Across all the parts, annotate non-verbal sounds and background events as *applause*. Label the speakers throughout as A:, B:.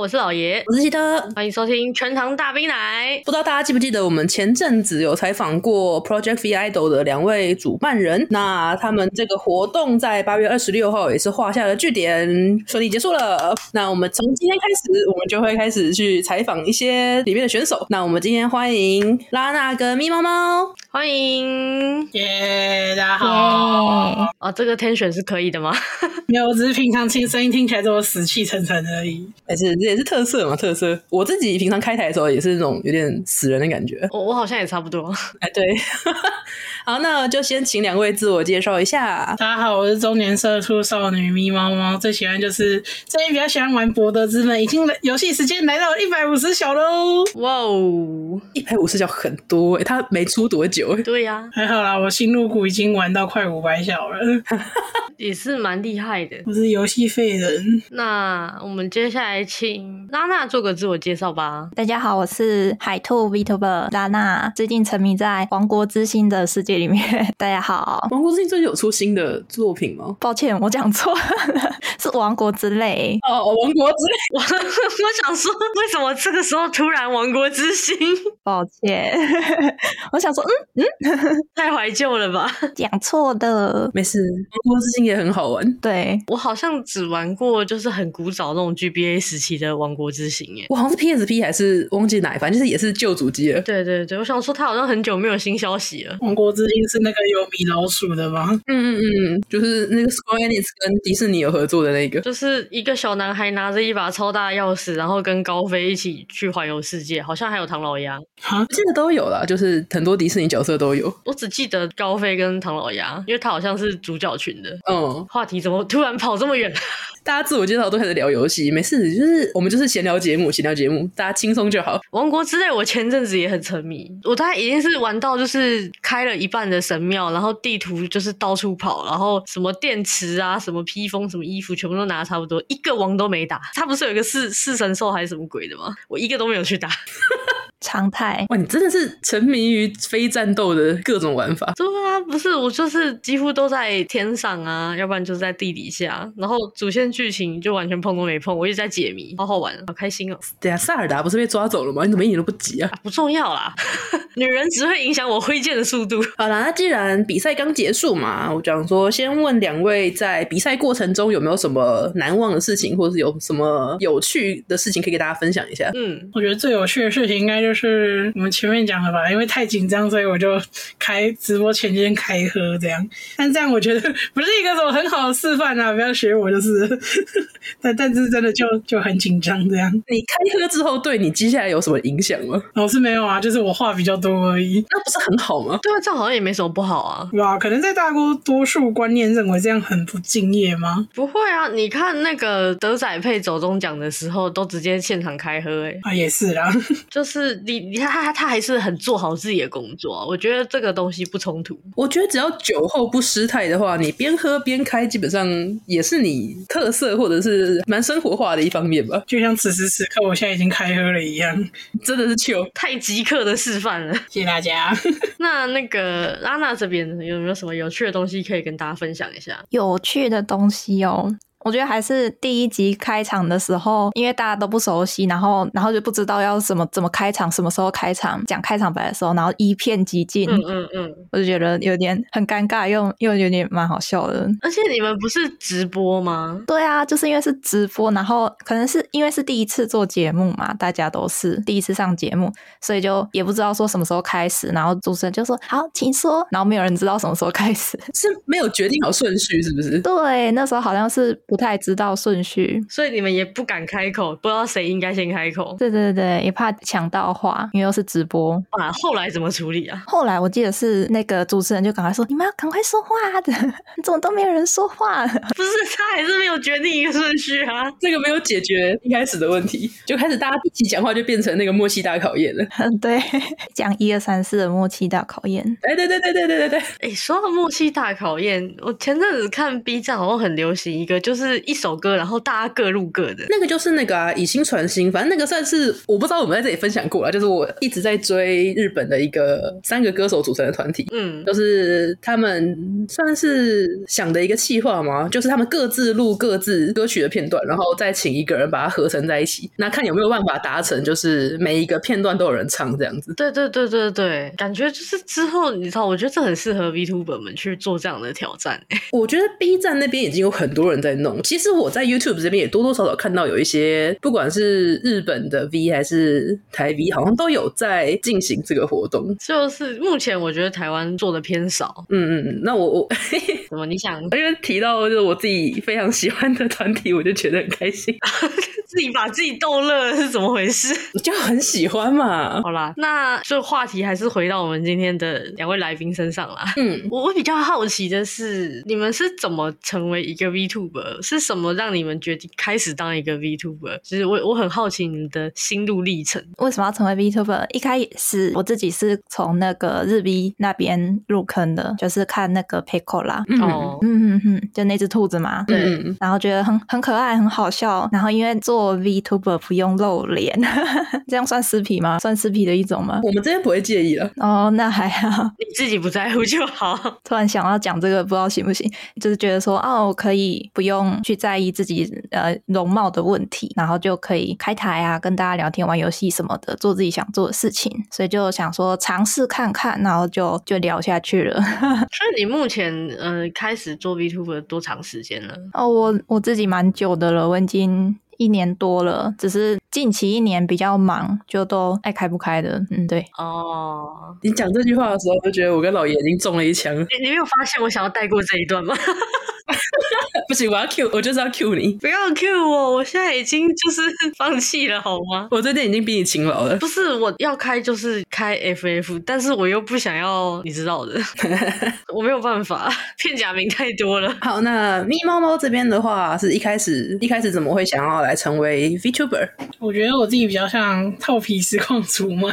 A: 我是老爷，
B: 我是记得。
A: 欢迎收听全糖大冰奶。
B: 不知道大家记不记得，我们前阵子有采访过 Project V Idol 的两位主办人，那他们这个活动在八月二十六号也是画下了句点，顺利结束了。那我们从今天开始，我们就会开始去采访一些里面的选手。那我们今天欢迎拉娜跟咪猫猫，
A: 欢迎
C: 耶、大家好。
A: 哦，这个天选是可以的吗？ *laughs*
C: 没有，我只是平常听声音听起来这么死气沉沉而已。
B: 还是这也是特色嘛？特色。我自己平常开台的时候也是那种有点死人的感觉。
A: 我我好像也差不多。
B: 哎，对， *laughs* 好，那就先请两位自我介绍一下。
C: 大家好，我是中年社畜少女咪猫猫，最喜欢就是最近比较喜欢玩《博德之门》，已经来游戏时间来到一百五十小喽。
A: 哇哦，
B: 一百五十小很多、欸，他没出多久、欸，
A: 对呀、
C: 还好啦，我新入股已经玩到快五百小了，
A: 也是蛮厉害的。
C: 我是游戏废人。
A: 那我们接下来请拉娜做个自我介绍吧。 *laughs*
D: 大家好，我是海兔 Vtuber 拉娜，最近沉迷在《王国之心》的世界里面。 *laughs* 大家好，
B: 王国之心最近有出新的作品吗？
D: 抱歉，我讲错了，是《王国之泪》。
B: 哦，哦，王国之泪，
A: 我我想说，为什么这个时候突然亡国之心？ *laughs*
D: 抱歉， *laughs* 我想说，嗯
A: 太怀旧了吧？
D: 嗯，讲错的。
B: 没事，王国之心也很好玩。
D: 对，
A: 我好像只玩过就是很古早那种 GBA 时期的《王国之心》耶。
B: 我好像是 PSP 还是忘记哪一，反正就是也是旧主机了。
A: 对对对，我想说他好像很久没有新消息了。
C: 王国之心是那个有米老鼠的吗？
B: 嗯嗯嗯，就是那个 Square Enix 跟迪士尼有合作的那个。
A: 就是一个小男孩拿着一把超大钥匙，然后跟高飞一起去环游世界，好像还有唐老鸭。
C: 哈，
B: 我记得都有啦，就是很多迪士尼角色都有。
A: 我只记得高飞跟唐老鸭，因为他好像是主角群的。
B: 嗯，
A: 话题怎么突然跑这么远？
B: 大家自我介绍都开始聊游戏，没事，就是我们就是闲聊节目，闲聊节目，大家轻松就好。
A: 王国之泪，我前阵子也很沉迷，我大概已经是玩到就是开了一半的神庙，然后地图就是到处跑，然后什么电池啊、什么披风、什么衣服，全部都拿差不多，一个王都没打。他不是有一个四四神兽还是什么鬼的吗？我一个都没有去打。
D: 常态。
B: 哇，你真的是沉迷于非战斗的各种玩法。
A: 对啊，不是我就是几乎都在天上啊，要不然就是在地底下，然后主线剧情就完全碰都没碰，我一直在解谜，好好玩，好开心哦。
B: 等一下，萨尔达不是被抓走了吗？你怎么一点都不急啊？
A: 不重要啦， *laughs* 女人只会影响我挥剑的速度。
B: 好啦，那既然比赛刚结束嘛，我想说先问两位，在比赛过程中有没有什么难忘的事情，或者是有什么有趣的事情可以给大家分享一下？
A: 嗯，
C: 我觉得最有趣的事情应该就是我们前面讲的吧，因为太紧张，所以我就开直播前先开喝这样。但这样我觉得不是一个什么很好的示范啊，不要学我就是 *laughs* 但但是真的就就很紧张这样。
B: 你开喝之后对你接下来有什么影响吗？
C: 老师没有啊，就是我话比较多而已。
B: 那不是很好吗？
A: 对啊，这样好像也没什么不好啊。
C: 哇，可能在大多多数观念认为这样很不敬业吗？
A: 不会啊，你看那个德仔配走中奖的时候，都直接现场开喝、欸，哎，
C: 啊，也是啦。 *laughs*
A: 就是你你看他他还是很做好自己的工作啊、我觉得这个东西不冲突。
B: 我觉得只要酒后不失态的话，你边喝边开，基本上也是你特色或者是蛮生活化的一方面吧。
C: 就像此时此刻我现在已经开喝了一样。
B: 真的是糗。
A: 太极客的示范了。 *laughs*
C: 谢谢大家。 *laughs*
A: 那那个拉娜这边呢有没有什么有趣的东西可以跟大家分享一下？
D: 有趣的东西哦。我觉得还是第一集开场的时候，因为大家都不熟悉，然后然后就不知道要怎么怎么开场，什么时候开场，讲开场白的时候，然后一片寂静，
A: 嗯嗯嗯。
D: 我就觉得有点很尴尬，又又有点蛮好笑的。
A: 而且你们不是直播吗？
D: 对啊，就是因为是直播，然后可能是因为是第一次做节目嘛，大家都是第一次上节目，所以就也不知道说什么时候开始，然后主持人就说好，请说，然后没有人知道什么时候开始。 *laughs*
B: 是没有决定好顺序，是不是？
D: 对，那时候好像是不太知道顺序。
A: 所以你们也不敢开口，不知道谁应该先开口。
D: 对对对，也怕抢到话，因为又是直播。
A: 啊，后来怎么处理啊？ *laughs*
D: 后来我记得是那个主持人就赶快说：“你们要赶快说话啊， *laughs* 怎么都没有人说话？”
A: 不是，他还是没有决定一个顺序 *laughs* 啊。
B: 这个没有解决一开始的问题，就开始大家一起讲话，就变成那个默契大考验了。
D: 嗯， *laughs* 对， *laughs* 讲一二三四的默契大考验。
B: 哎，对对对对对对对，
A: 哎、说到默契大考验，我前阵子看 B 站好像很流行一个，就是就是一首歌，然后大家各录各的。
B: 那个就是那个啊，以心传心，反正那个算是我不知道我们在这里分享过了，啊就是我一直在追日本的一个三个歌手组成的团体，
A: 嗯，
B: 就是他们算是想的一个企划嘛，就是他们各自录各自歌曲的片段，然后再请一个人把它合成在一起，那看有没有办法达成，就是每一个片段都有人唱这样子。
A: 对对对对对，感觉就是之后你知道，我觉得这很适合 VTuber 们去做这样的挑战。 *laughs*
B: 我觉得 B 站那边已经有很多人在弄，其实我在 YouTube 这边也多多少少看到有一些，不管是日本的 V 还是台 V，好像都有在进行这个活动。
A: 就是目前我觉得台湾做的偏少。
B: 嗯嗯嗯，那我我 *laughs*
A: 什么？你想
B: 因为提到就是我自己非常喜欢的团体，我就觉得很开心， *laughs*
A: 自己把自己逗乐是怎么回事？
B: 就很喜欢嘛。
A: *laughs* 好啦，那就话题还是回到我们今天的两位来宾身上啦。
B: 嗯，
A: *laughs* 我我比较好奇的是，你们是怎么成为一个 VTuber？是什么让你们决定开始当一个 VTuber？就是我我很好奇你们的心路历程。
D: 为什么要成为 VTuber？一开始我自己是从那个日 V 那边入坑的，就是看那个 Pico 啦，
B: 嗯
A: 哦，
D: 嗯嗯嗯，就那只兔子嘛，
A: 对
B: 嗯嗯
D: 然后觉得很很可爱，很好笑。然后因为做 VTuber 不用露脸， *laughs* 这样算私皮吗？算私皮的一种吗？
B: 我们这边不会介意了。
D: 哦，那还好。
A: 你自己不在乎就好。 *laughs*
D: 突然想要讲这个，不知道行不行？就是觉得说，哦，我可以不用去在意自己呃容貌的问题，然后就可以开台啊，跟大家聊天、玩游戏什么的，做自己想做的事情。所以就想说尝试看看，然后就就聊下去了。 *laughs*
A: 所以你目前呃开始做 VTuber 多长时间了？
D: 哦，我我自己蛮久的了，我已经一年多了，只是近期一年比较忙，就都爱开不开的。嗯，对，
A: 哦，
B: 你讲这句话的时候，我就觉得我跟老爷已经中了一 *laughs* 枪。
A: 你你没有发现我想要带过这一段吗？ *laughs*
B: 不行，我要 Q，我就是要 Q 你。
A: 不要 cue 我，我现在已经就是放弃了，好吗？
B: 我最近已经比你勤劳了。
A: 不是我要开就是开 FF，但是我又不想要，你知道 *laughs* 的，我没有办法，片假名太多了。
B: 好，那咪猫猫这边的话，是一开始一开始怎么会想要来成为 VTuber？
C: 我觉得我自己比较像套皮实况主嘛，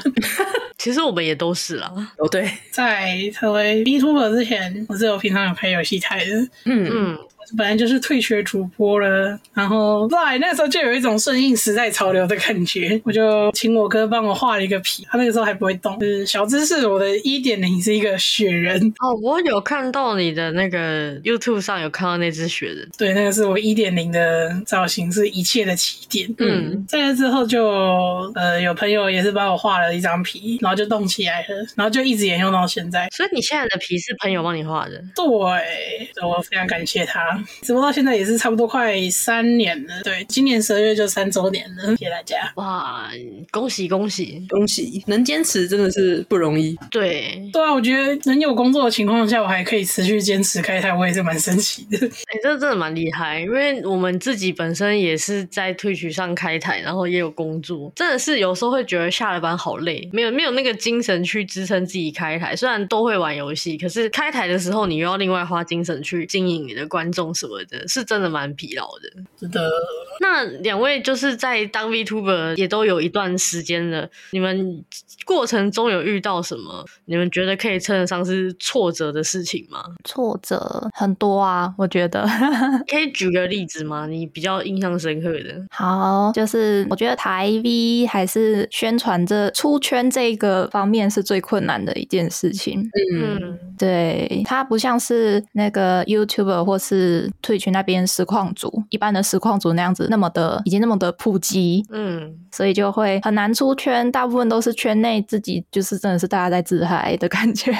A: 其实我们也都是啦，
B: 哦，对，
C: 在成为 VTuber 之前，我是有平常有开游戏台的，
B: 嗯，
A: 嗯，
C: 本来就是退学主播了，然后来那时候就有一种顺应时代潮流的感觉，我就请我哥帮我画了一个皮，他那个时候还不会动，就是小知识，我的一点零是一个雪人，
A: 哦，我有看到你的那个 YouTube 上有看到那只雪人，
C: 对，那个是我一点零的造型，是一切的起点，
A: 嗯，
C: 在那之后就呃有朋友也是帮我画了一张皮，然后就动起来了，然后就一直沿用到现在。
A: 所以你现在的皮是朋友帮你画的，
C: 对，我非常感谢他。直播到现在也是差不多快三年了，对，今年十二月就三周年了，谢谢大家。
A: 哇，恭喜恭喜！
B: 恭喜，能坚持真的是不容易。
A: 对，
C: 对啊，我觉得能有工作的情况下，我还可以持续坚持开台，我也是蛮神奇的。 *laughs*
A: 哎、这真的蛮厉害，因为我们自己本身也是在退取上开台，然后也有工作，真的是有时候会觉得下了班好累，没有没有那个精神去支撑自己开台。虽然都会玩游戏，可是开台的时候你又要另外花精神去经营你的观众什么的，是真的蛮疲劳的。
C: 真的，
A: 那两位就是在当 VTuber 也都有一段时间了，你们过程中有遇到什么你们觉得可以称得上是挫折的事情吗？ *laughs*
D: 挫折很多啊，我觉得。
A: 可以举个例子吗？你比较印象深刻的？
D: 好，就是我觉得台 V 还是宣传这出圈这个方面是最困难的一件事情。
B: 嗯，
A: 嗯，
D: 对，它不像是那个 YouTuber 或是 Twitch 那边实况组一般的实况组那样子，那么的已经那么的普及，
A: 嗯，
D: 所以就会很难出圈，大部分都是圈内自己就是真的是大家在自嗨的感觉。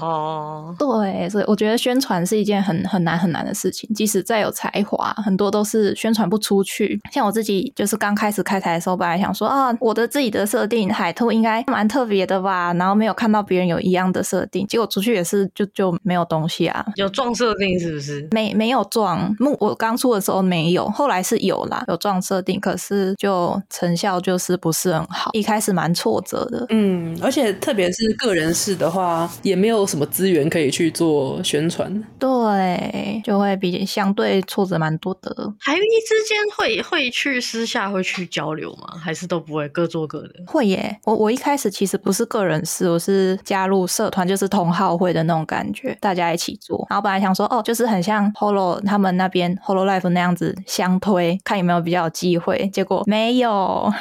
A: 哦，
D: 对，所以我觉得宣传是一件很很难很难的事情，即使再有才华，很多都是宣传不出去。像我自己就是刚开始开台的时候，本来想说啊，我的自己的设定海兔应该蛮特别的吧，然后没有看到别人有一样的设定，结果出去也是就就没有东西啊，
A: 有撞设定是不是？
D: 没没有撞目，我刚出的时候没有，后来是有啦，有撞设定，可是就成效就是不是很好，一开始蛮挫折的。
B: 嗯，而且特别是个人式的话，也没有什么资源可以去做宣传。
D: 对，就会比相对挫折蛮多的。
A: 台币之间会会去私下会去交流吗？还是都不会，各做各的？
D: 会耶，我我一开始其实不是个人事，我是加入社团，就是同好会的那那种感觉，大家一起做。然后本来想说，哦，就是很像 Holo 他们那边 Holo Life 那样子相推，看有没有比较有机会。结果没有，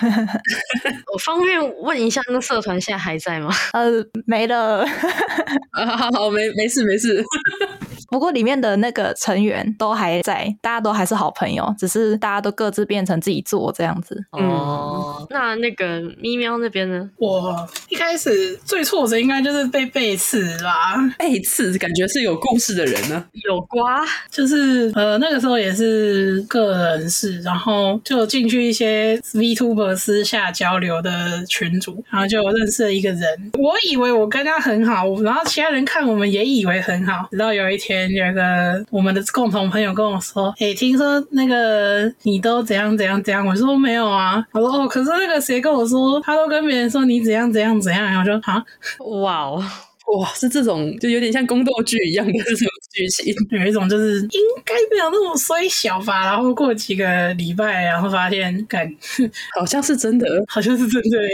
A: 我方便问一下，那社团现在还在吗？
D: 呃，没了。 *laughs*
B: 啊， *laughs* 好好，没没事没事。
D: 不过里面的那个成员都还在，大家都还是好朋友，只是大家都各自变成自己做这样子。
B: 嗯
A: 哦，那那个咪喵那边呢？
C: 我一开始最挫折应该就是被背刺吧，
B: 背刺哎感觉是有故事的人呢、
A: 有瓜，
C: 就是呃那个时候也是个人事，然后就进去一些 VTuber 私 E 下交流的群组，然后就认识了一个人。我以为我跟他很好，然后其他人看我们也以为很好，直到有一天有一个我们的共同朋友跟我说：“诶、听说那个你都怎样怎样怎样。”我说没有啊，我说哦，可是那个谁跟我说，他都跟别人说你怎样怎样怎样，然后我就啊，
A: 哇哦，
B: 哇，是这种就有点像宫斗剧一样的这种剧情。
C: 有一种就是应该没有那么衰小吧，然后过几个礼拜，然后发现，感
B: 好像是真的。
C: *laughs* 好像是真的欸，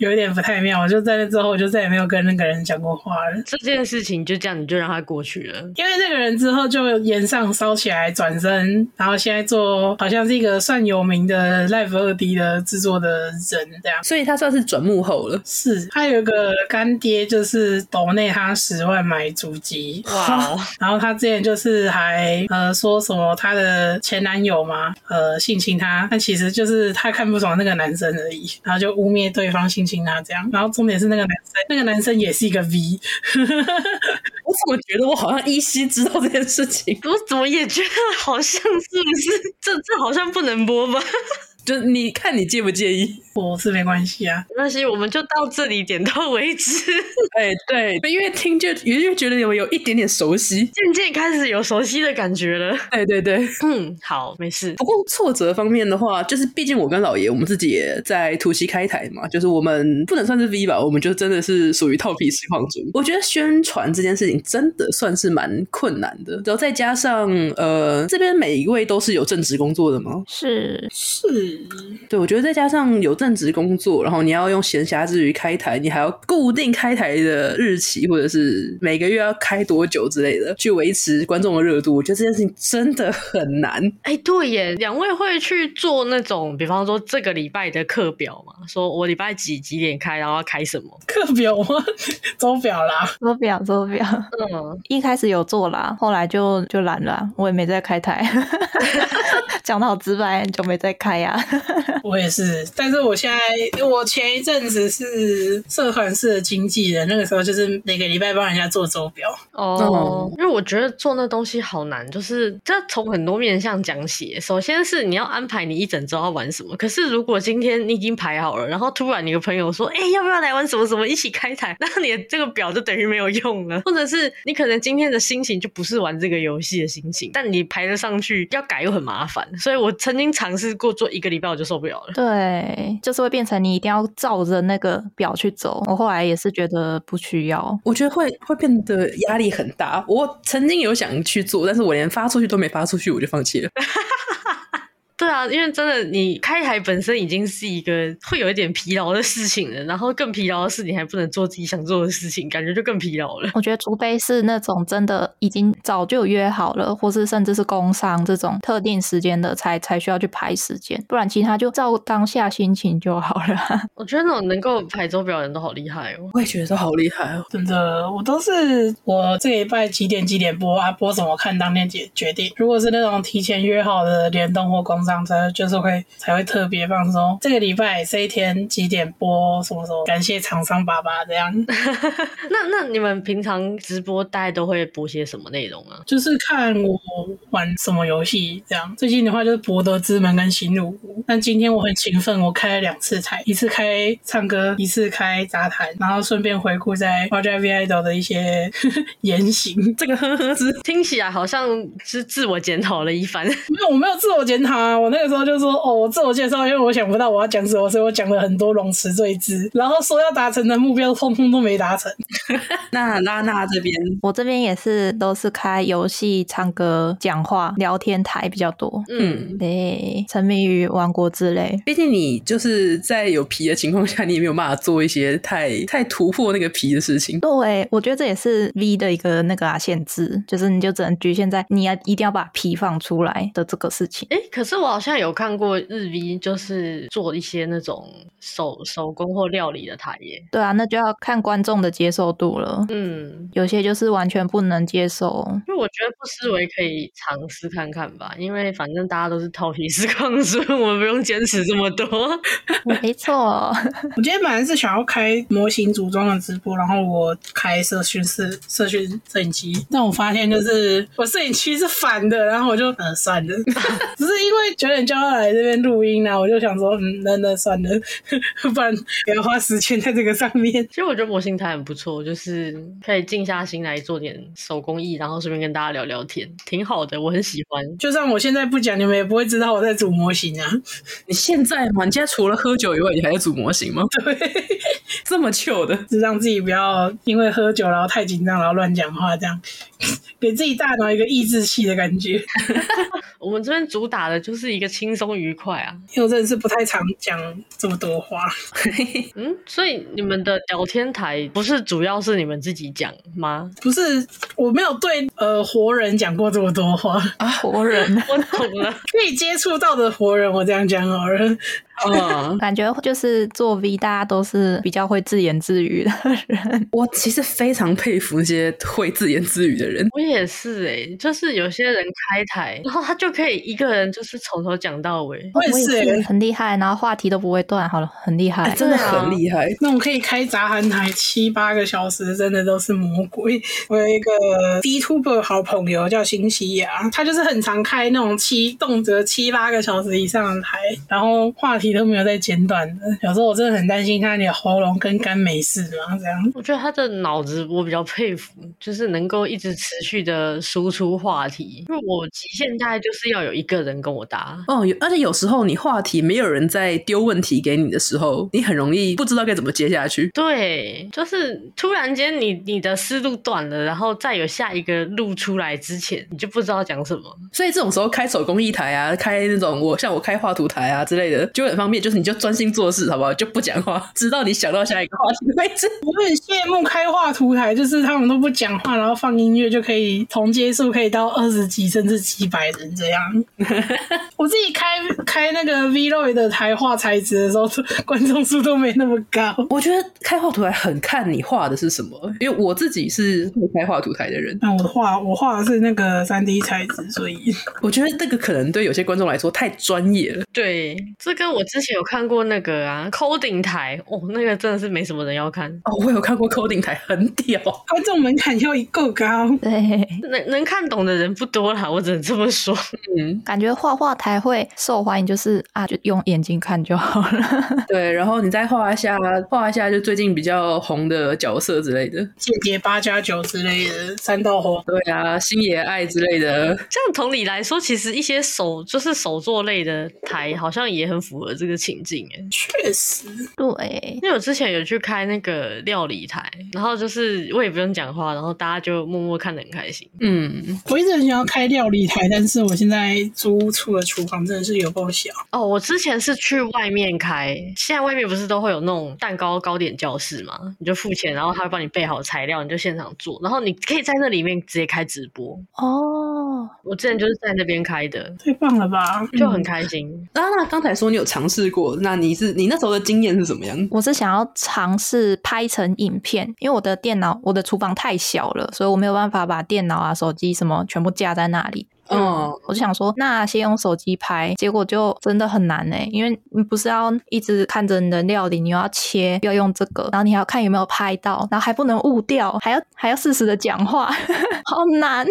C: 有一点不太妙。我就在那之后，我就再也没有跟那个人讲过话了。
A: 这件事情就这样，你就让它过去了。 *laughs*
C: 因为那个人之后就沿上烧起来，转身，然后现在做好像是一个算有名的 Live 二 D 的制作的人这样。
B: 所以他算是转幕后了，
C: 是，他有一个干爹，就是抖内他十万买主机，
A: 哇哦，
C: 然后她之前就是还呃说什么她的前男友嘛，呃性侵她，但其实就是她看不爽那个男生而已，然后就污蔑对方性侵她这样。然后重点是那个男生，那个男生也是一个 V， *laughs*
B: 我怎么觉得我好像依稀知道这件事情？
A: 我怎么也觉得好像是不是？这这好像不能播吧？
B: 就你看你介不介意？
C: 我是没关系啊。
A: 那些我们就到这里点到为 *laughs* 止，
B: *laughs* 哎、对，因为听就也就觉得有有一点点熟悉。
A: 渐渐开始有熟悉的感觉了。
B: 对对对，
A: 嗯，好，没事。
B: 不过挫折方面的话，就是毕竟我跟老爷我们自己也在突袭开台嘛，就是我们不能算是 V 吧，我们就真的是属于套皮实况组。我觉得宣传这件事情真的算是蛮困难的，然后再加上呃，这边每一位都是有正职工作的嘛，
D: 是，
C: 是，
B: 对我觉得再加上有正职工作，然后你要用闲暇之余开台，你还要固定开台的日期或者是每个月要开多久之类的，去维持观众的热度，我觉得这件事情真的很难。
A: 哎，对耶，两位会去做那种，比方说这个礼拜的课表嘛，说我礼拜几几点开，然后要开什么？
C: 课表吗？周表啦，
D: 做表做表，
A: 嗯，
D: 一开始有做啦，后来就就懒了啊，我也没再开台。 *laughs* 讲的好直白，就没再开呀、 *laughs*
C: 我也是。但是我现在，我前一阵子是社团式的经纪人，那个时候就是每个礼拜帮人家做周表。
A: 哦，因为我觉得做那东西好难，就是这从很多面向讲起。首先是你要安排你一整周要玩什么，可是如果今天你已经排好了，然后突然你的朋友说，哎、要不要来玩什么什么，一起开台， *laughs* 那你的这个表就等于没有用了。或者是你可能今天的心情就不是玩这个游戏的心情，但你排得上去要改又很麻烦，所以我曾经尝试过做一个礼拜我就受不了了。
D: 对，就是会变成你一定要照着那个表去走。我后来也是觉得不需要，
B: 我觉得会会变得压力很大。我曾经有想去做，但是我连发出去都没发出去，我就放弃了。
A: 对啊，因为真的，你开台本身已经是一个会有一点疲劳的事情了，然后更疲劳的是你还不能做自己想做的事情，感觉就更疲劳了。 *laughs*
D: 我觉得除非是那种真的已经早就有约好了，或是甚至是工商这种特定时间的才才需要去排时间，不然其他就照当下心情就好了。 *laughs*
A: 我觉得那种能够排周表的人都好厉害哦。
B: 我也觉得都好厉害哦。
C: 真的，我都是我这一拜几点几点播啊，播什么看当天决决定。如果是那种提前约好的联动或工商车，就是会才会特别放松。这个礼拜这一天几点播什么什么，感谢厂商爸爸这样， *laughs*
A: 那那你们平常直播大概都会播些什么内容啊？
C: 就是看我玩什么游戏这样。最近的话就是《博德之门》跟《行路湖》，但今天我很勤奋，我开了两次台，一次开唱歌，一次开杂谈，然后顺便回顾在 Project V i d o 的一些 *laughs* 言行。
B: 这个呵呵是
A: 听起来好像是自我检讨了一番。 *laughs*
C: 没有，我没有自我检讨啊，啊，我那个时候就说哦，我自我介绍，因为我想不到我要讲什么，所以我讲了很多冗词赘字，然后说要达成的目标，通通都没达成。
B: 那拉娜这边，
D: 我这边也是都是开游戏、唱歌、讲话、聊天台比较多。
A: 嗯，
D: 对，沉迷于王国之类。
B: 毕竟你就是在有皮的情况下，你也没有办法做一些太太突破那个皮的事情。
D: 对，我觉得这也是 V 的一个那个啊限制，就是你就只能局限在你要一定要把皮放出来的这个事情。
A: 哎、可是我好像有看过日 V，就是做一些那种手手工或料理的台耶。
D: 对啊，那就要看观众的接受度了。
A: 嗯，
D: 有些就是完全不能
C: *laughs*
D: 接受，
A: 因为我觉得不思维可以尝试看看吧，因为反正大家都是套皮式抗 *laughs* 所以我们不用坚持这么多。 *laughs*
D: 没错，
C: 我今天本来是想要开模型组装的直播，然后我开社训摄社训摄影机，但我发现就是我摄影机是反的，然后我就呃算了，只是因为九点就要来这边录音啊，我就想说嗯那那算了，不然不要花时间在这个上面。
A: 其实我觉得模型台很不错，就是可以静下心来做点手工艺，然后顺便跟大家聊聊天，挺好的，我很喜欢。
C: 就算我现在不讲，你们也不会知道我在组模型啊。
B: 你现在嘛，你现在除了喝酒以外，你还在组模 *laughs* 型吗？
C: 对，
B: 这么糗的，
C: 就让自己不要因为喝酒然后太紧张，然后乱讲话，这样给自己大脑一个抑制器的感觉。
A: 我们这边主打的就是一个轻松愉快啊，
C: 因为我真的是不太常讲这么多话。
A: 嗯，所以你们的聊天台不是主要是你们自己讲吗？ *laughs*
C: 不是，我没有对呃活人讲过这么多话，*laughs*
D: 活人
A: 我懂了，
C: 可以接触到的活人，我这样讲好了。
B: 嗯，
D: 感觉就是做 V，大家都是比较会自言自语的人。
B: *laughs* 我其实非常佩服那些会自言自语的人。
A: 我也是诶、就是有些人开台，然后他就可以一个人就是从头讲到尾。
C: 我也是、
D: 也
C: 欸，
D: 很厉害，然后话题都不会断，好了，很厉害。
B: 哎真的很厉害，
C: 那种可以开杂谈台七八个小时，真的都是魔鬼。 *laughs* 我有一个 VTuber 好朋友叫新西亚，他就是很常开那种七动辄七八个小时以上的台，然后话题都没有在简短的。有时候我真的很担心他，你的喉咙跟肝没事吗？这样。
A: 我觉得他的脑子我比较佩服，就是能够一直持续的输出话题。因为我极限大概就是要有一个人跟我搭，
B: 哦，有而且有时候你话题没有人在丢问题给你的时候，你很容易不知道该怎么接下去。
A: 对，就是突然间你你的思路断了，然后再有下一个路出来之前，你就不知道讲什么。
B: 所以这种时候开手工艺台啊，开那种我像我开画图台啊之类的，就很方便，就是你就专心做事，好不好？就不讲话，直到你想到下一个话题为止。
C: 我很羡慕开画图台，就是他们都不讲话，然后放音乐就可以同接数可以到二十几甚至几百人这样。我自己开开那个 Vlog 的台画材质的时候，观众数都没那么高。
B: *laughs* 我觉得开画图台很看你画的是什么，因为我自己是会开画图台的人，
C: 那我的画，我画的是那个三 D 材质，所以嗯
B: 我觉得那个可能对有些观众来说太专业了。
A: 对，这跟我之前有看过那个啊，coding 台哦，那个真的是没什么人要看，
B: 哦，我有看过 coding 台，很屌。 *laughs*
C: 观众门槛要一够高。
D: 对，
A: 能能看懂的人不多啦，我只能这么说。 *laughs*
B: 嗯，
D: 感觉画画台会受欢迎，就是啊，就用眼睛看就好了。 *laughs*
B: 对，然后你再画一下，画一下就最近比较红的角色之类的。
C: 间谍八加九之类的三道红，
B: 对啊，星爷爱之类的，
A: 这样同理来说，其实一些手就是手作类的台，好像也很符合这个情境欸诶。
C: 确实，
D: 对，
A: 因为我之前有去开那个料理台，然后就是我也不用讲话，然后大家就默默看得很开心。
B: 嗯，
C: 我一直很想要开料理台，但是我现在租屋处的厨房真的是有够小。
A: 哦，我之前是去外面开，现在外面不是都会有那种蛋糕糕点教室嘛？你就付钱，然后他会帮你备好材料，你就现场做，然后你可以在那里面直接开直播。
D: 哦，
A: 我之前就是在那边开的，
C: 太棒了吧！
A: 就很开心。
B: 那那刚才说你有尝试过，那你是你那时候的经验是怎么样？ *laughs*
D: 我是想要尝试拍成影片，因为我的电脑、我的厨房太小了，所以我没有办法把电脑啊、手机什么全部架在那里。
B: 嗯，
D: 我就想说，那先用手机拍，结果就真的很难呢、欸因为你不是要一直看着你的料理，你又要切，又要用这个，然后你还要看有没有拍 *laughs* 到，然后还不能误掉，还要还要适时的讲话，好难。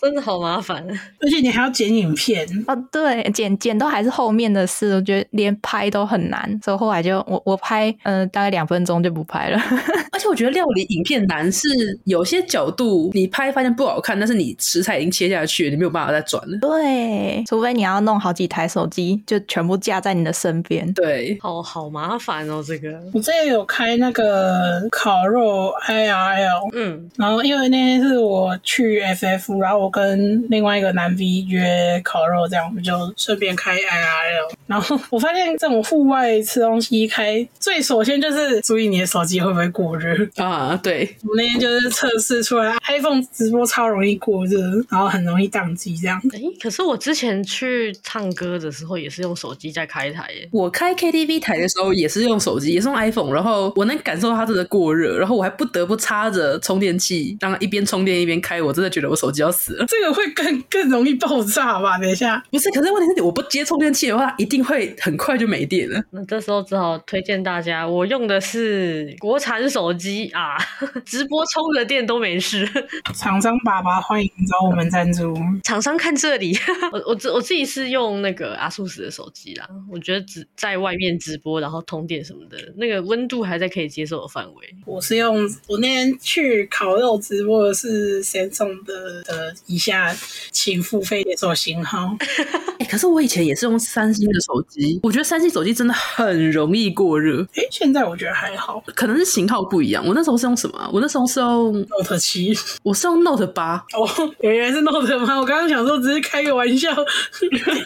A: 真的好麻烦。
C: 而且你还要剪影片，
D: 哦，对，剪剪都还是后面的事，我觉得连拍都很难，所以后来就我我拍，嗯、大概两分钟就不拍了。 *laughs*
B: 而且我觉得料理影片难是有些角度你拍发现不好看，但是你食材已经切下去了，你没有办法再转了。
D: 对，除非你要弄好几台手机，就全部架在你的身边。
B: 对，
A: *laughs* 好好麻烦哦，这个。
C: 我之前有开那个烤肉 IRL，
A: 嗯，
C: 然后因为那天是我去 FF，然后我跟另外一个男 V 约烤肉，这样我们就顺便开 IRL。然后我发现这种户外吃东西开，最首先就是注意你的手机会不会过热。
B: 啊，对，
C: 我那天就是测试出来，iPhone 直播超容易过热，然后很容易宕机这样。
A: 哎，可是我之前去唱歌的时候也是用手机在开台耶。
B: 我开 KTV 台的时候也是用手机，也是用 iPhone，然后我能感受到它真的过热，然后我还不得不插着充电器，让它一边充电一边开，我真的觉得我手机要死了。
C: 这个会更更容易爆炸吧？等一下，
B: 不是，可是问题是，我不接充电器的话，一定会很快就没电了。
A: 那这时候只好推荐大家，我用的是国产手机啊， *laughs* 直播充着电都没事。 *laughs*
C: 厂商爸爸欢迎找我们赞助。
A: 厂商看这里， *laughs* 我我自我自己是用那个阿素斯的手机啦，我觉得只在外面直播，然后通电什么的，那个温度还在可以接受的范围。
C: 我是用我那天去烤肉直播的是 Samsung 的的以下，请付费解锁型号。
B: *laughs* 哎、可是我以前也是用三星的手机，我觉得三星手机真的很容易过热，
C: 哎，现在我觉得还好
B: 可能是型号不一样。我那时候是用什么啊？我那时候是用
C: ，Note 七。
B: 我是用 Note 八，
C: 哦，原来是 Note 吗？我刚刚想说只是开个玩笑。 *laughs*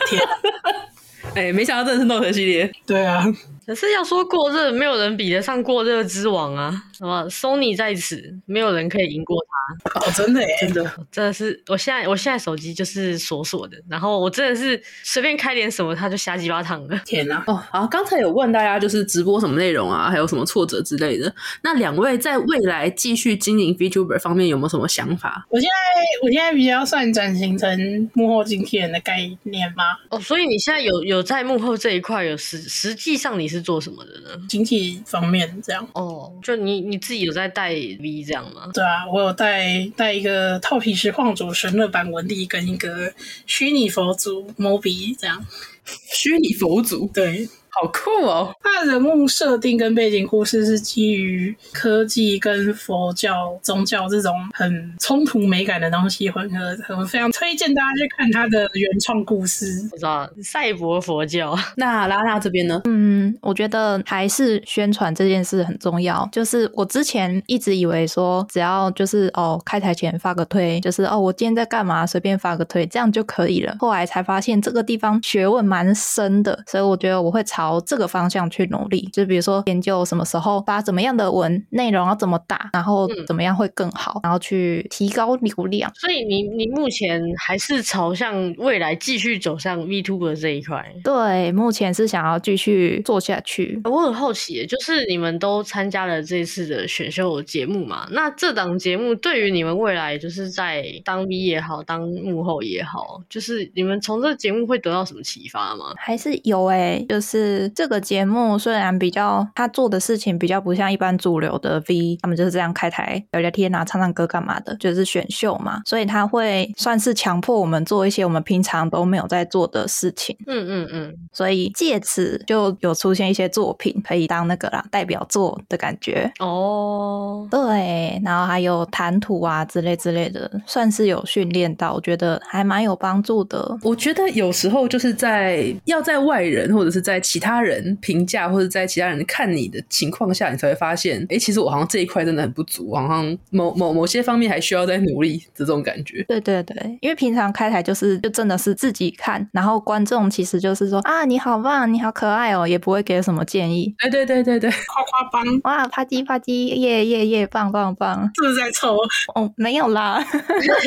C: 天啊，
B: 哎、没想到真的是 Note 系列。
C: 对啊，
A: 可是要说过热，没有人比得上过热之王啊！什么 Sony 在此，没有人可以赢过它。
C: 哦，真的耶，真的。
A: 真的是，我现在我现在手机就是锁锁的，然后我真的是随便开点什么，它就瞎鸡巴烫了。
C: 天啊，
B: 哦，好，刚才有问大家就是直播什么内容啊，还有什么挫折之类的。那两位在未来继续经营 VTuber 方面有没有什么想法？
C: 我现在我现在比较算转型成幕后经纪人的概念吗？
A: 哦，所以你现在有有在幕后这一块有实实际上你是做什么的呢？
C: 经济方面这样。
A: 哦，就你你自己有在带 V 这样吗？
C: 对啊，我有带带一个套皮石矿主神乐版文帝跟一个虚拟佛祖 Mobi 这样，
B: 虚拟佛祖，
C: 对，
B: 好酷哦！
C: 他的人物设定跟背景故事是基于科技跟佛教、宗教这种很冲突美感的东西混合的，我非常推荐大家去看他的原创故事。
A: 不知道赛博佛教 *laughs*
B: 那拉拉这边呢？
D: 嗯，我觉得还是宣传这件事很重要。就是我之前一直以为说，只要就是哦，开台前发个推，就是哦，我今天在干嘛，随便发个推，这样就可以了。后来才发现这个地方学问蛮深的，所以我觉得我会朝这个方向去努力。就比如说研究什么时候发怎么样的文，内容要怎么打，然后
A: 嗯
D: 怎么样会更好，然后去提高流量。
A: 所以你你目前还是朝向未来继续走向 V t u b e 这一块。
D: 对，目前是想要继续做下去。
A: 我很好奇耶，就是你们都参加了这次的选秀节目嘛？那这档节目对于你们未来，就是在当 V 也好，当幕后也好，就是你们从这个节目会得到什么启发吗？
D: 还是有诶、就是这个节目虽然比较他做的事情比较不像一般主流的 V，他们就是这样开台聊聊天啊、唱唱歌干嘛的，就是选秀嘛，所以他会算是强迫我们做一些我们平常都没有在做的事情，
A: 嗯嗯嗯，
D: 所以借此就有出现一些作品可以当那个啦代表作的感觉。
A: 哦，
D: 对，然后还有谈吐啊之类之类的，算是有训练到，我觉得还蛮有帮助的。
B: 我觉得有时候就是在要在外人或者是在其他人评价或者在其他人看你的情况下，你才会发现，哎，其实我好像这一块真的很不足，我好像某某某些方面还需要再努力的这种感觉。
D: 对对对，因为平常开台就是就真的是自己看，然后观众其实就是说啊你好棒，你好可爱哦，也不会给什么建议。
B: 哎，对对对对，
C: 夸夸帮是
D: 哇，啪叽啪叽，耶耶耶，棒棒棒！
C: 不是在凑？
D: 哦，没有啦， *laughs*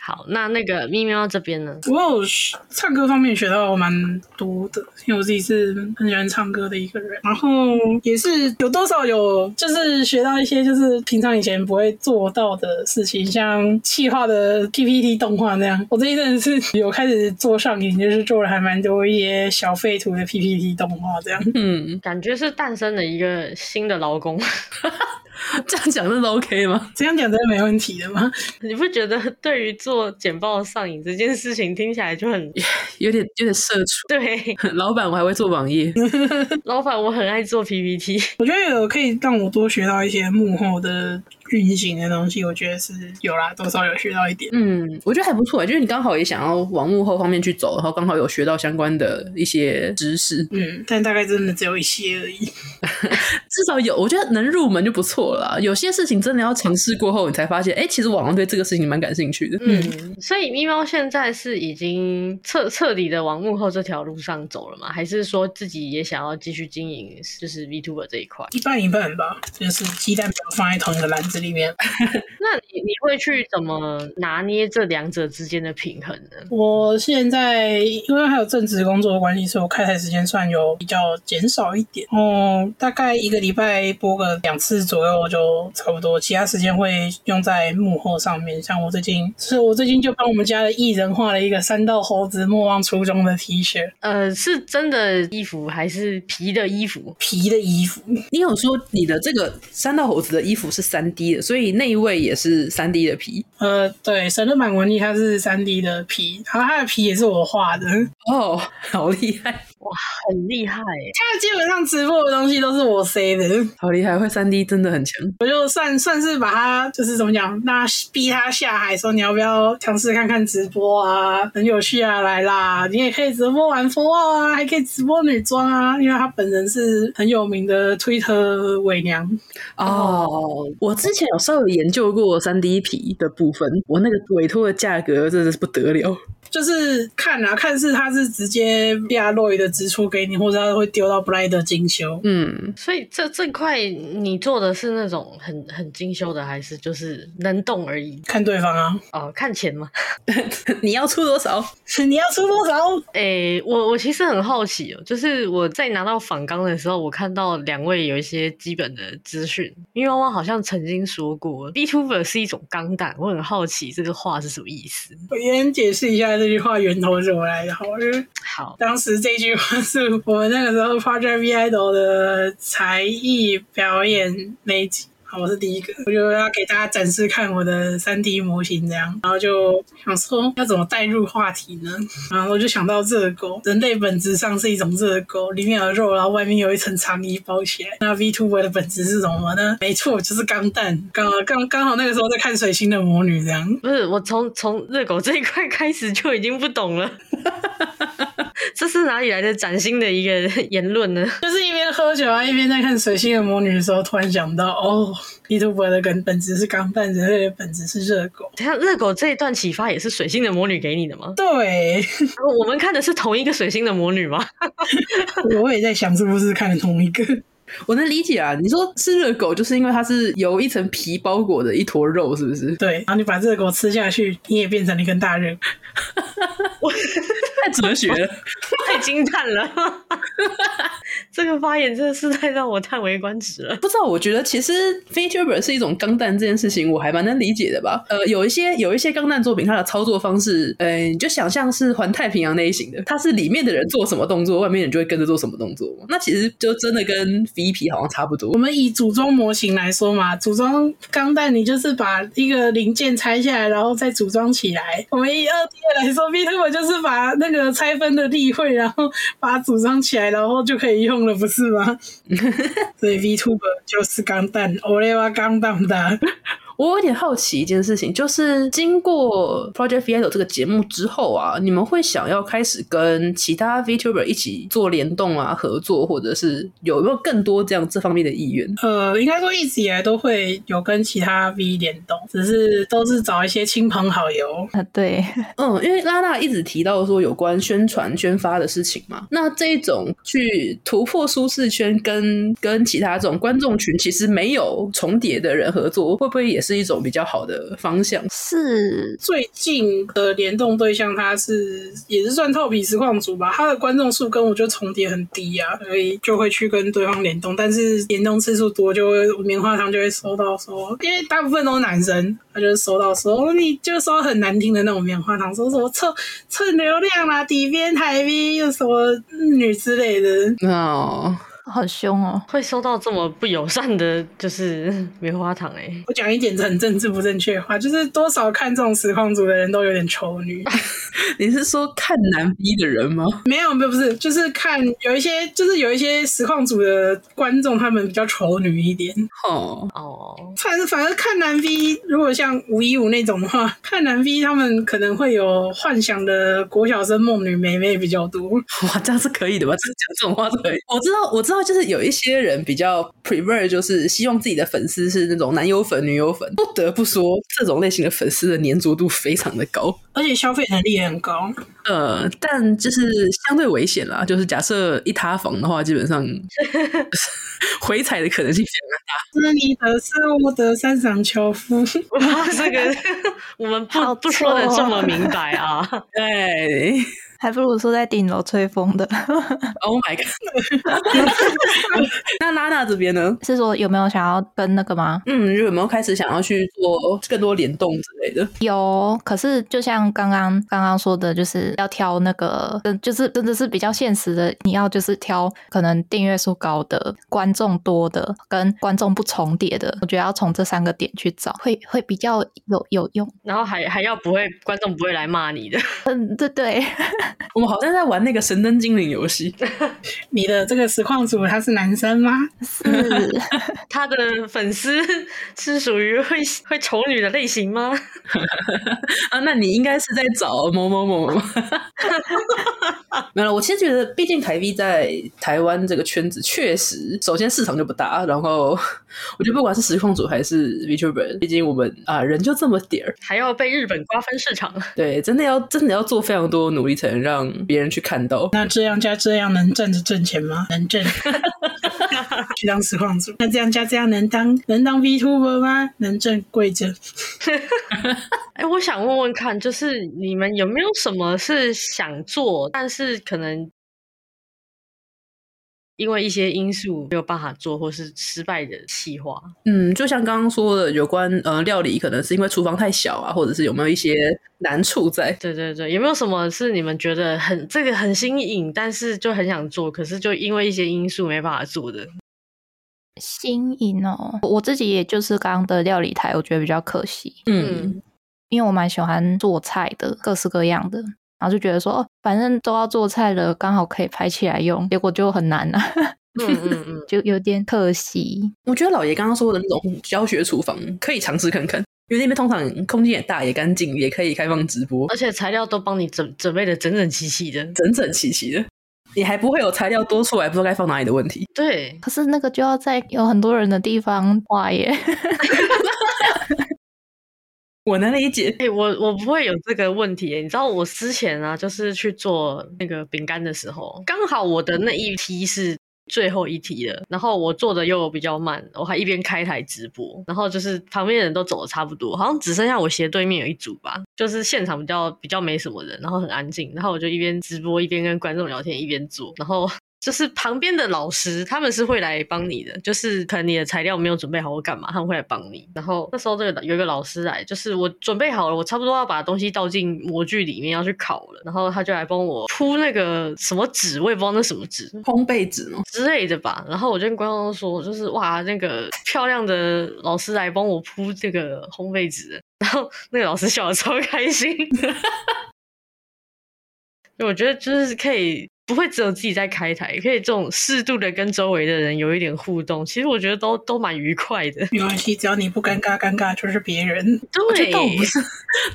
A: 好，那那个咪喵这边呢？
C: 我有学唱歌方面学到蛮多的，因为我自己是很喜欢唱歌的一个人，然后也是有多少有就是学到一些就是平常以前不会做到的事情，像企划的 PPT 动画那样。我最近真的是有开始做上瘾，就是做了还蛮多一些小废图的 PPT 动画这样。
B: 嗯， *laughs*
A: 感觉是诞生了一个新的劳工， *laughs*
B: 这样讲真的 OK 吗？
C: 这样讲真的没问题的吗？
A: 你不觉得对于做简报上瘾这件事情听起来就很
B: 有点有点社畜。
A: 对？
B: 老板，我还会做网页，
A: 老板，我很爱做 PPT，
C: 我觉得有可以让我多学到一些幕后的运行的东西，我觉得是有啦，多少有学到一点。
B: 嗯，我觉得还不错，就是你刚好也想要往幕后方面去走，然后刚好有学到相关的一些知识，
C: 嗯，但大概真的只有一些而已。
B: 至少有，我觉得能入门就不错了啦。有些事情真的要尝试过后，你才发现，哎、其实网上对这个事情蛮感兴趣的。
A: 嗯，所以咪猫现在是已经彻彻底的往幕后这条路上走了吗？还是说自己也想要继续经营，就是 VTuber 这一块？
C: 一半一半吧，就是鸡蛋不要放在同一个篮子里面。
A: 那你你会去怎么拿捏这两者之间的平衡呢？
C: 我现在因为还有正职工作的关系，所以我开台时间算有比较减少一点。哦，大概一个礼拜播个两次左右就差不多，其他时间会用在幕后上面。像我最近，是我最近就帮我们家的艺人画了一个三道猴子莫忘初衷的 T 恤，
A: 呃，是真的衣服还是皮的衣服？
C: 皮的衣服，
B: 你有说你的这个三道猴子的衣服是三 D 的，所以那一位也是三 D 的皮
C: 呃，对，神盾版文艺它是三 D 的皮，然后它的皮也是我画的。
B: 哦，好厉害，
A: 很厉害欸耶
C: 它基本上直播的东西都是我塞的，
B: 好厉害，会三 D 真的很强。
C: 我就算算是把它就是怎么讲，那逼他下海说你要不要尝试看看直播啊，很有趣啊，来啦，你也可以直播玩 f o 啊，还可以直播女装啊，因为他本人是很有名的 Twitter 伪娘，
B: 哦，我之前有稍微研究过三 D 皮的部分，我那个委托的价格真的是不得了。
C: 就是看啊，看是他是直接 b r o y 的支出给你，或者他会丢到 Blind 精修。
B: 嗯， *laughs*
A: 所以这这块你做的是那种很很精修的，还是就是能动而已？
C: 看对方啊， *laughs*
A: 哦，看钱吗？
B: 你要出多少？
C: 你要出多少？
A: 诶、我我其实很好奇哦，就是我在拿到访纲的时候，我看到两位有一些基本的资讯，因为汪汪好像曾经说过，Vtuber 是一种钢弹，我很好奇这个话是什么意思。
C: 我先解释一下这句话源头是怎么来的，好了，就是
A: 好，
C: 当时这句话是我们那个时候 Project V Idol 的才艺表演那一集。好，我是第一个，我就要给大家展示看我的三 D 模型这样，然后就想说要怎么带入话题呢？然后我就想到热狗，人类本质上是一种热狗，里面有肉，然后外面有一层肠衣包起来。那 VTuber 的本质是什么呢？没错，就是钢弹。刚好刚刚好那个时候在看水星的魔女这样，
A: 不是我从从热狗这一块开始就已经不懂了， *laughs* 这是哪里来的崭新的一个言论呢？
C: 就是一边喝酒啊，一边在看《水星的魔女》的时候，突然想到，哦，VTuber 的本本质是钢弹，人类的本质是热狗。
A: 等一下热狗这一段启发也是水星的魔女给你的吗？
C: 对，
A: 我们看的是同一个水星的魔女吗？ *laughs*
C: 我也在想是不是看同一个。
B: 我能理解啊。你说是热狗，就是因为它是由一层皮包裹的一坨肉，是不是？
C: 对，然后你把热狗吃下去，你也变成了一根大热狗。
B: 太哲学了。
A: 太惊叹了！ *laughs* 这个发言真的是太让我叹为观止了。
B: *laughs* 不知道，我觉得其实 VTuber 是一种钢弹这件事情，我还蛮能理解的吧。呃，有一些有一些钢弹作品，它的操作方式，呃，你就想象是环太平洋那一型的，它是里面的人做什么动作，外面人就会跟着做什么动作嘛。那其实就真的跟 VP 好像差不多
C: 我。们以组装模型来说嘛，组装钢弹，你就是把一个零件拆下来，然后再组装起来。我们以二 D 的来说，VTuber 就是把那个拆分的例会，然后把它组装起来，然后就可以用了，不是吗？所以 VTuber 就是钢弹，我嘞哇钢弹的。
B: 我有点好奇一件事情，就是经过 Project Fido 这个节目之后啊，你们会想要开始跟其他 VTuber 一起做联动啊、合作，或者是有没有更多这样这方面的意愿？
C: 呃，应该说一直以来都会有跟其他 V 联动，只是都是找一些亲朋好友。
D: 啊，对，
B: 嗯，因为拉娜一直提到说有关宣传宣发的事情嘛，那这一种去突破舒适圈跟跟其他这种观众群其实没有重叠的人合作，会不会也是一种比较好的方向？
D: 是
C: 最近的联动对象，他是也是算透皮实况组吧，他的观众数跟我就重叠很低啊，所以就会去跟对方联动。但是联动次数多，就会棉花糖就会收到说，因为大部分都是男生，他就是收到说，哦你就收到很难听的那种棉花糖，说什么蹭蹭流量啦、底边台 V 又什么嗯女之类的，
B: 哦，
D: 好凶哦！
A: 会收到这么不友善的，就是 *laughs* 棉花糖哎、
C: 我讲一点很政治不正确的话，就是多少看这种实况组的人都有点丑女。
B: 你是说看男逼的人吗？
C: 没有，没有，不是，就是看有一些，就是有一些实况组的观众，他们比较丑女一点。
B: 哦，
A: 哦，
C: 反正反而看男 V，如果像吴一五那种的话，看男 V 他们可能会有幻想的国小生梦女妹妹比较多。
B: *laughs* 哇，这样是可以的吧？这讲这种话是可以。我知道，我知道，就是有一些人比较 prefer，就是希望自己的粉丝是那种男友粉、女友粉。不得不说，这种类型的粉丝的粘着度非常的高。
C: 而且消费能力也很高，
B: 呃，但就是相对危险啦。就是假设一塌房的话，基本上 *laughs* 回踩的可能性非常
C: 是你的是我的三上樵夫， *laughs*
A: 哇， *laughs* 这个我们
D: 好
A: 不不说的
D: 臭哦
A: 这么明白啊。 *laughs*
B: 对
D: 还不如说在顶楼吹风的。 *laughs*
B: ，Oh my god！那拉娜这边呢？
D: 是说有没有想要跟那个吗？
B: 嗯，有没有开始想要去做更多联动之类的？
D: 有，可是就像刚刚刚刚说的，就是要挑那个，嗯就是真的是比较现实的，你要就是挑可能订阅数高的、观众多的、跟观众不重叠的，我觉得要从这三个点去找，会会比较有有用。
A: 然后还还要不会观众不会来骂你的，
D: 嗯，对对，
B: 我们好像在玩那个神灯精灵游戏。
C: 你的这个实况组他是男生吗？
D: 是。
A: 他的粉丝 *laughs* 是属于会会丑女的类型吗？
B: 啊，那你应该是在找某某某某。 *laughs* 没有，我其实觉得，毕竟台币在台湾这个圈子，确实，首先市场就不大，然后我觉得不管是实况组还是 VTuber，毕竟我们啊人就这么点儿，
A: 还要被日本瓜分市场？
B: 对，真的要真的要做非常多的努力，才能让别人去看 *laughs* 到。
C: 那这样加这样能站着挣钱吗？能挣。 *laughs* 去当实况组，那这样加这样能当能当 VTuber 吗？能挣跪着。
A: 哎，我想问问看，就是你们有没有什么是想做，但是可能因为一些因素没有办法做，或是失败的企划？
B: 嗯，就像刚刚说的，有关呃料理，可能是因为厨房太小啊，或者是有没有一些难处在。
A: 对对对，有没有什么是你们觉得很这个很新颖，但是就很想做，可是就因为一些因素没办法做的？
D: *laughs* 新颖哦，我自己也就是刚刚的料理台，我觉得比较可惜，
B: 嗯，
D: 因为我蛮喜欢做菜的，各式各样的，然后就觉得说，哦，反正都要做菜了，刚好可以拍起来用，结果就很难啊，
A: 嗯嗯嗯，
D: 就有点可惜。
B: 我觉得老爷刚刚说的那种教学厨房可以尝试看看，因为那边通常空间也大，也干净，也可以开放直播，
A: *laughs* 而且材料都帮你准准备的整整齐齐的。
B: 整整齐齐的，你还不会有材料多出来不知道该放哪里的问题。
A: 对，
D: 可是那个就要在有很多人的地方画耶，
B: 我能理解，
A: 哎、我我不会有这个问题耶。哎你知道我之前啊，就是去做那个饼干的时候，刚好我的那一批是最后一题了，然后我做的又比较慢，我还一边开台直播，然后就是旁边的人都走的差不多，好像只剩下我斜对面有一组吧，就是现场比较比较没什么人，然后很安静，然后我就一边直播一边跟观众聊天一边做，然后。就是旁边的老师，他们是会来帮你的，就是可能你的材料没有准备好或干嘛，他们会来帮你。然后那时候这个有一个老师来，就是我准备好了，我差不多要把东西倒进模具里面要去烤了，然后他就来帮我铺那个什么纸，我也不知道那什么纸，
B: 烘焙纸哦，
A: 之类的吧。然后我就跟观众说，就是哇，那个漂亮的老师来帮我铺这个烘焙纸，然后那个老师笑得超开
D: *laughs*
A: 心。我觉得就是可以。不会只有自己在开台，也可以这种适度的跟周围的人有一点互动，其实我觉得都都蛮愉快的。
C: 没关系，只要你不尴尬，尴尬就是别人。
A: 对，
B: 倒不是，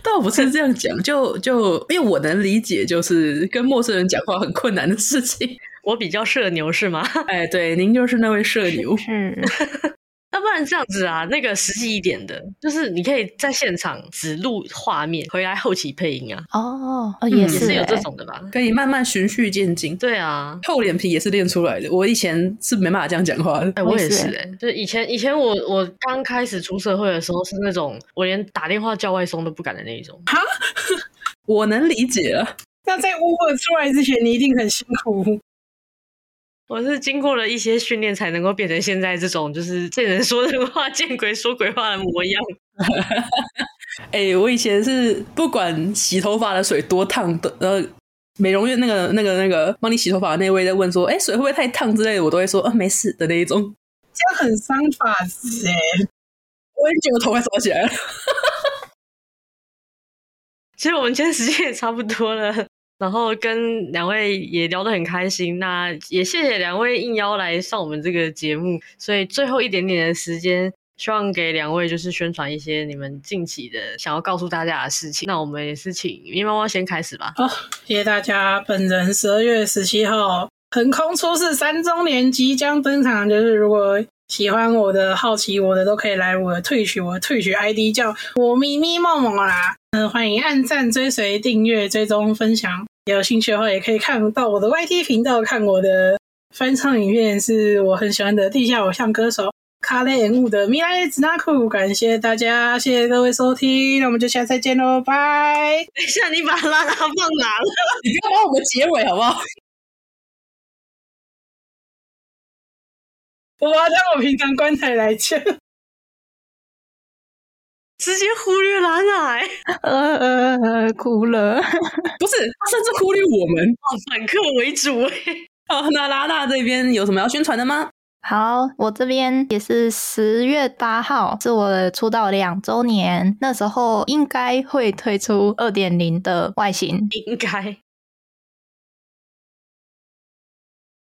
B: 倒不是这样讲，就就因为我能理解，就是跟陌生人讲话很困难的事情。 *laughs*
A: 我比较社牛是吗？
B: 哎，对，您就是那位社牛，
D: 是
A: *laughs* 要不然这样子啊，那个实际一点的，就是你可以在现场只录画面，回来后期配音啊，
D: 哦，哦也
A: 也
D: 是、
A: 是
D: 欸
A: 有这种的吧？
B: 可以慢慢循序渐进。
A: 对啊，
B: 厚脸皮也是练出来的，我以前是没办法这样讲话的。
A: 哎、
D: 我
A: 我
D: 也
A: 也
D: 是
A: 是哎、就是以前以前我我刚开始出社会的时候是那种我连打电话叫外送都不敢的那一种，
B: 我能理解啊了，
C: 那在 Uber 出来之前，你一定很辛苦。
A: 我是经过了一些训练才能够变成现在这种就是见人说人话、 *laughs* 见鬼说鬼话的模样。
B: 哎、我以前是不管洗头发的水多烫的，呃，美容院那个那个那个帮你洗头发的那位在问说，哎、水会不会太烫之类的，我都会说，啊，没事的那一种。
C: 这样很伤发质哎。
B: 我已经觉得我头快烧起来了。 *laughs*
A: 其实我们今天时间也差不多了，然后跟两位也聊得很开心，那也谢谢两位应邀来上我们这个节目，所以最后一点点的时间。希望给两位就是宣传一些你们近期的想要告诉大家的事情。那我们也是请咪妈妈先开始吧。
C: 谢谢大家。本人十二月十七号横空出世三周年即将登场，就是如果喜欢我的、好奇我的，都可以来我的退取，我的退取 ID 叫我咪咪梦梦啦。嗯、欢迎按赞、追随、订阅、追踪、分享。有兴趣的话，也可以看到我的 YT 频道，看我的翻唱影片，是我很喜欢的地下偶像歌手卡雷恩物的米拉耶子纳库。感谢大家，谢谢各位收听，那我们就下次再见喽，拜。
A: 等一下你把拉拉放哪了？ *laughs*
B: 你不要帮我们结尾好不好？
C: 我要当我平常棺材来 *laughs* 讲。
A: 直接忽略拉拉、欸，
D: 呃呃呃，哭了。
B: 不是，他甚至忽略我们。
A: 哦，反客为主、欸。
B: 好，那拉拉这边有什么要宣传的吗？
D: 好，我这边也是十月八号是我的出道两周年，那时候应该会推出二点零的外形，
A: 应 *laughs* 该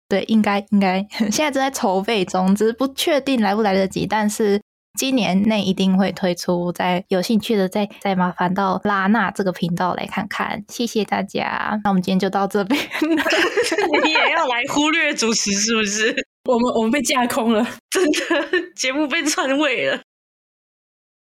D: 对，应该应该， *laughs* 现在正在筹备中，只是不确定来不来得及，但是今年内一定会推出，在有兴趣的再再麻烦到拉娜这个频道来看看，谢谢大家，那我们今天就到这边了，
A: 你也要来忽略主持是不是？ *laughs*
B: 我们我们被架空了。
A: 真的节目被篡位了。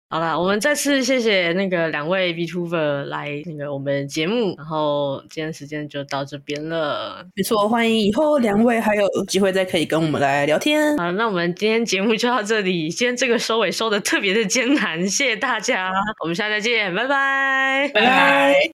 A: 好啦，我们再次谢谢那个两位 Vtuber 来那个我们节目，然后今天时间就到这边了。
B: 没错，欢迎以后两位还有机会再可以跟我们来聊天。
A: 好，那我们今天节目就到这里。今天这个收尾收的特别的艰难，谢谢大家，我们下次再见，拜拜。
C: 拜拜。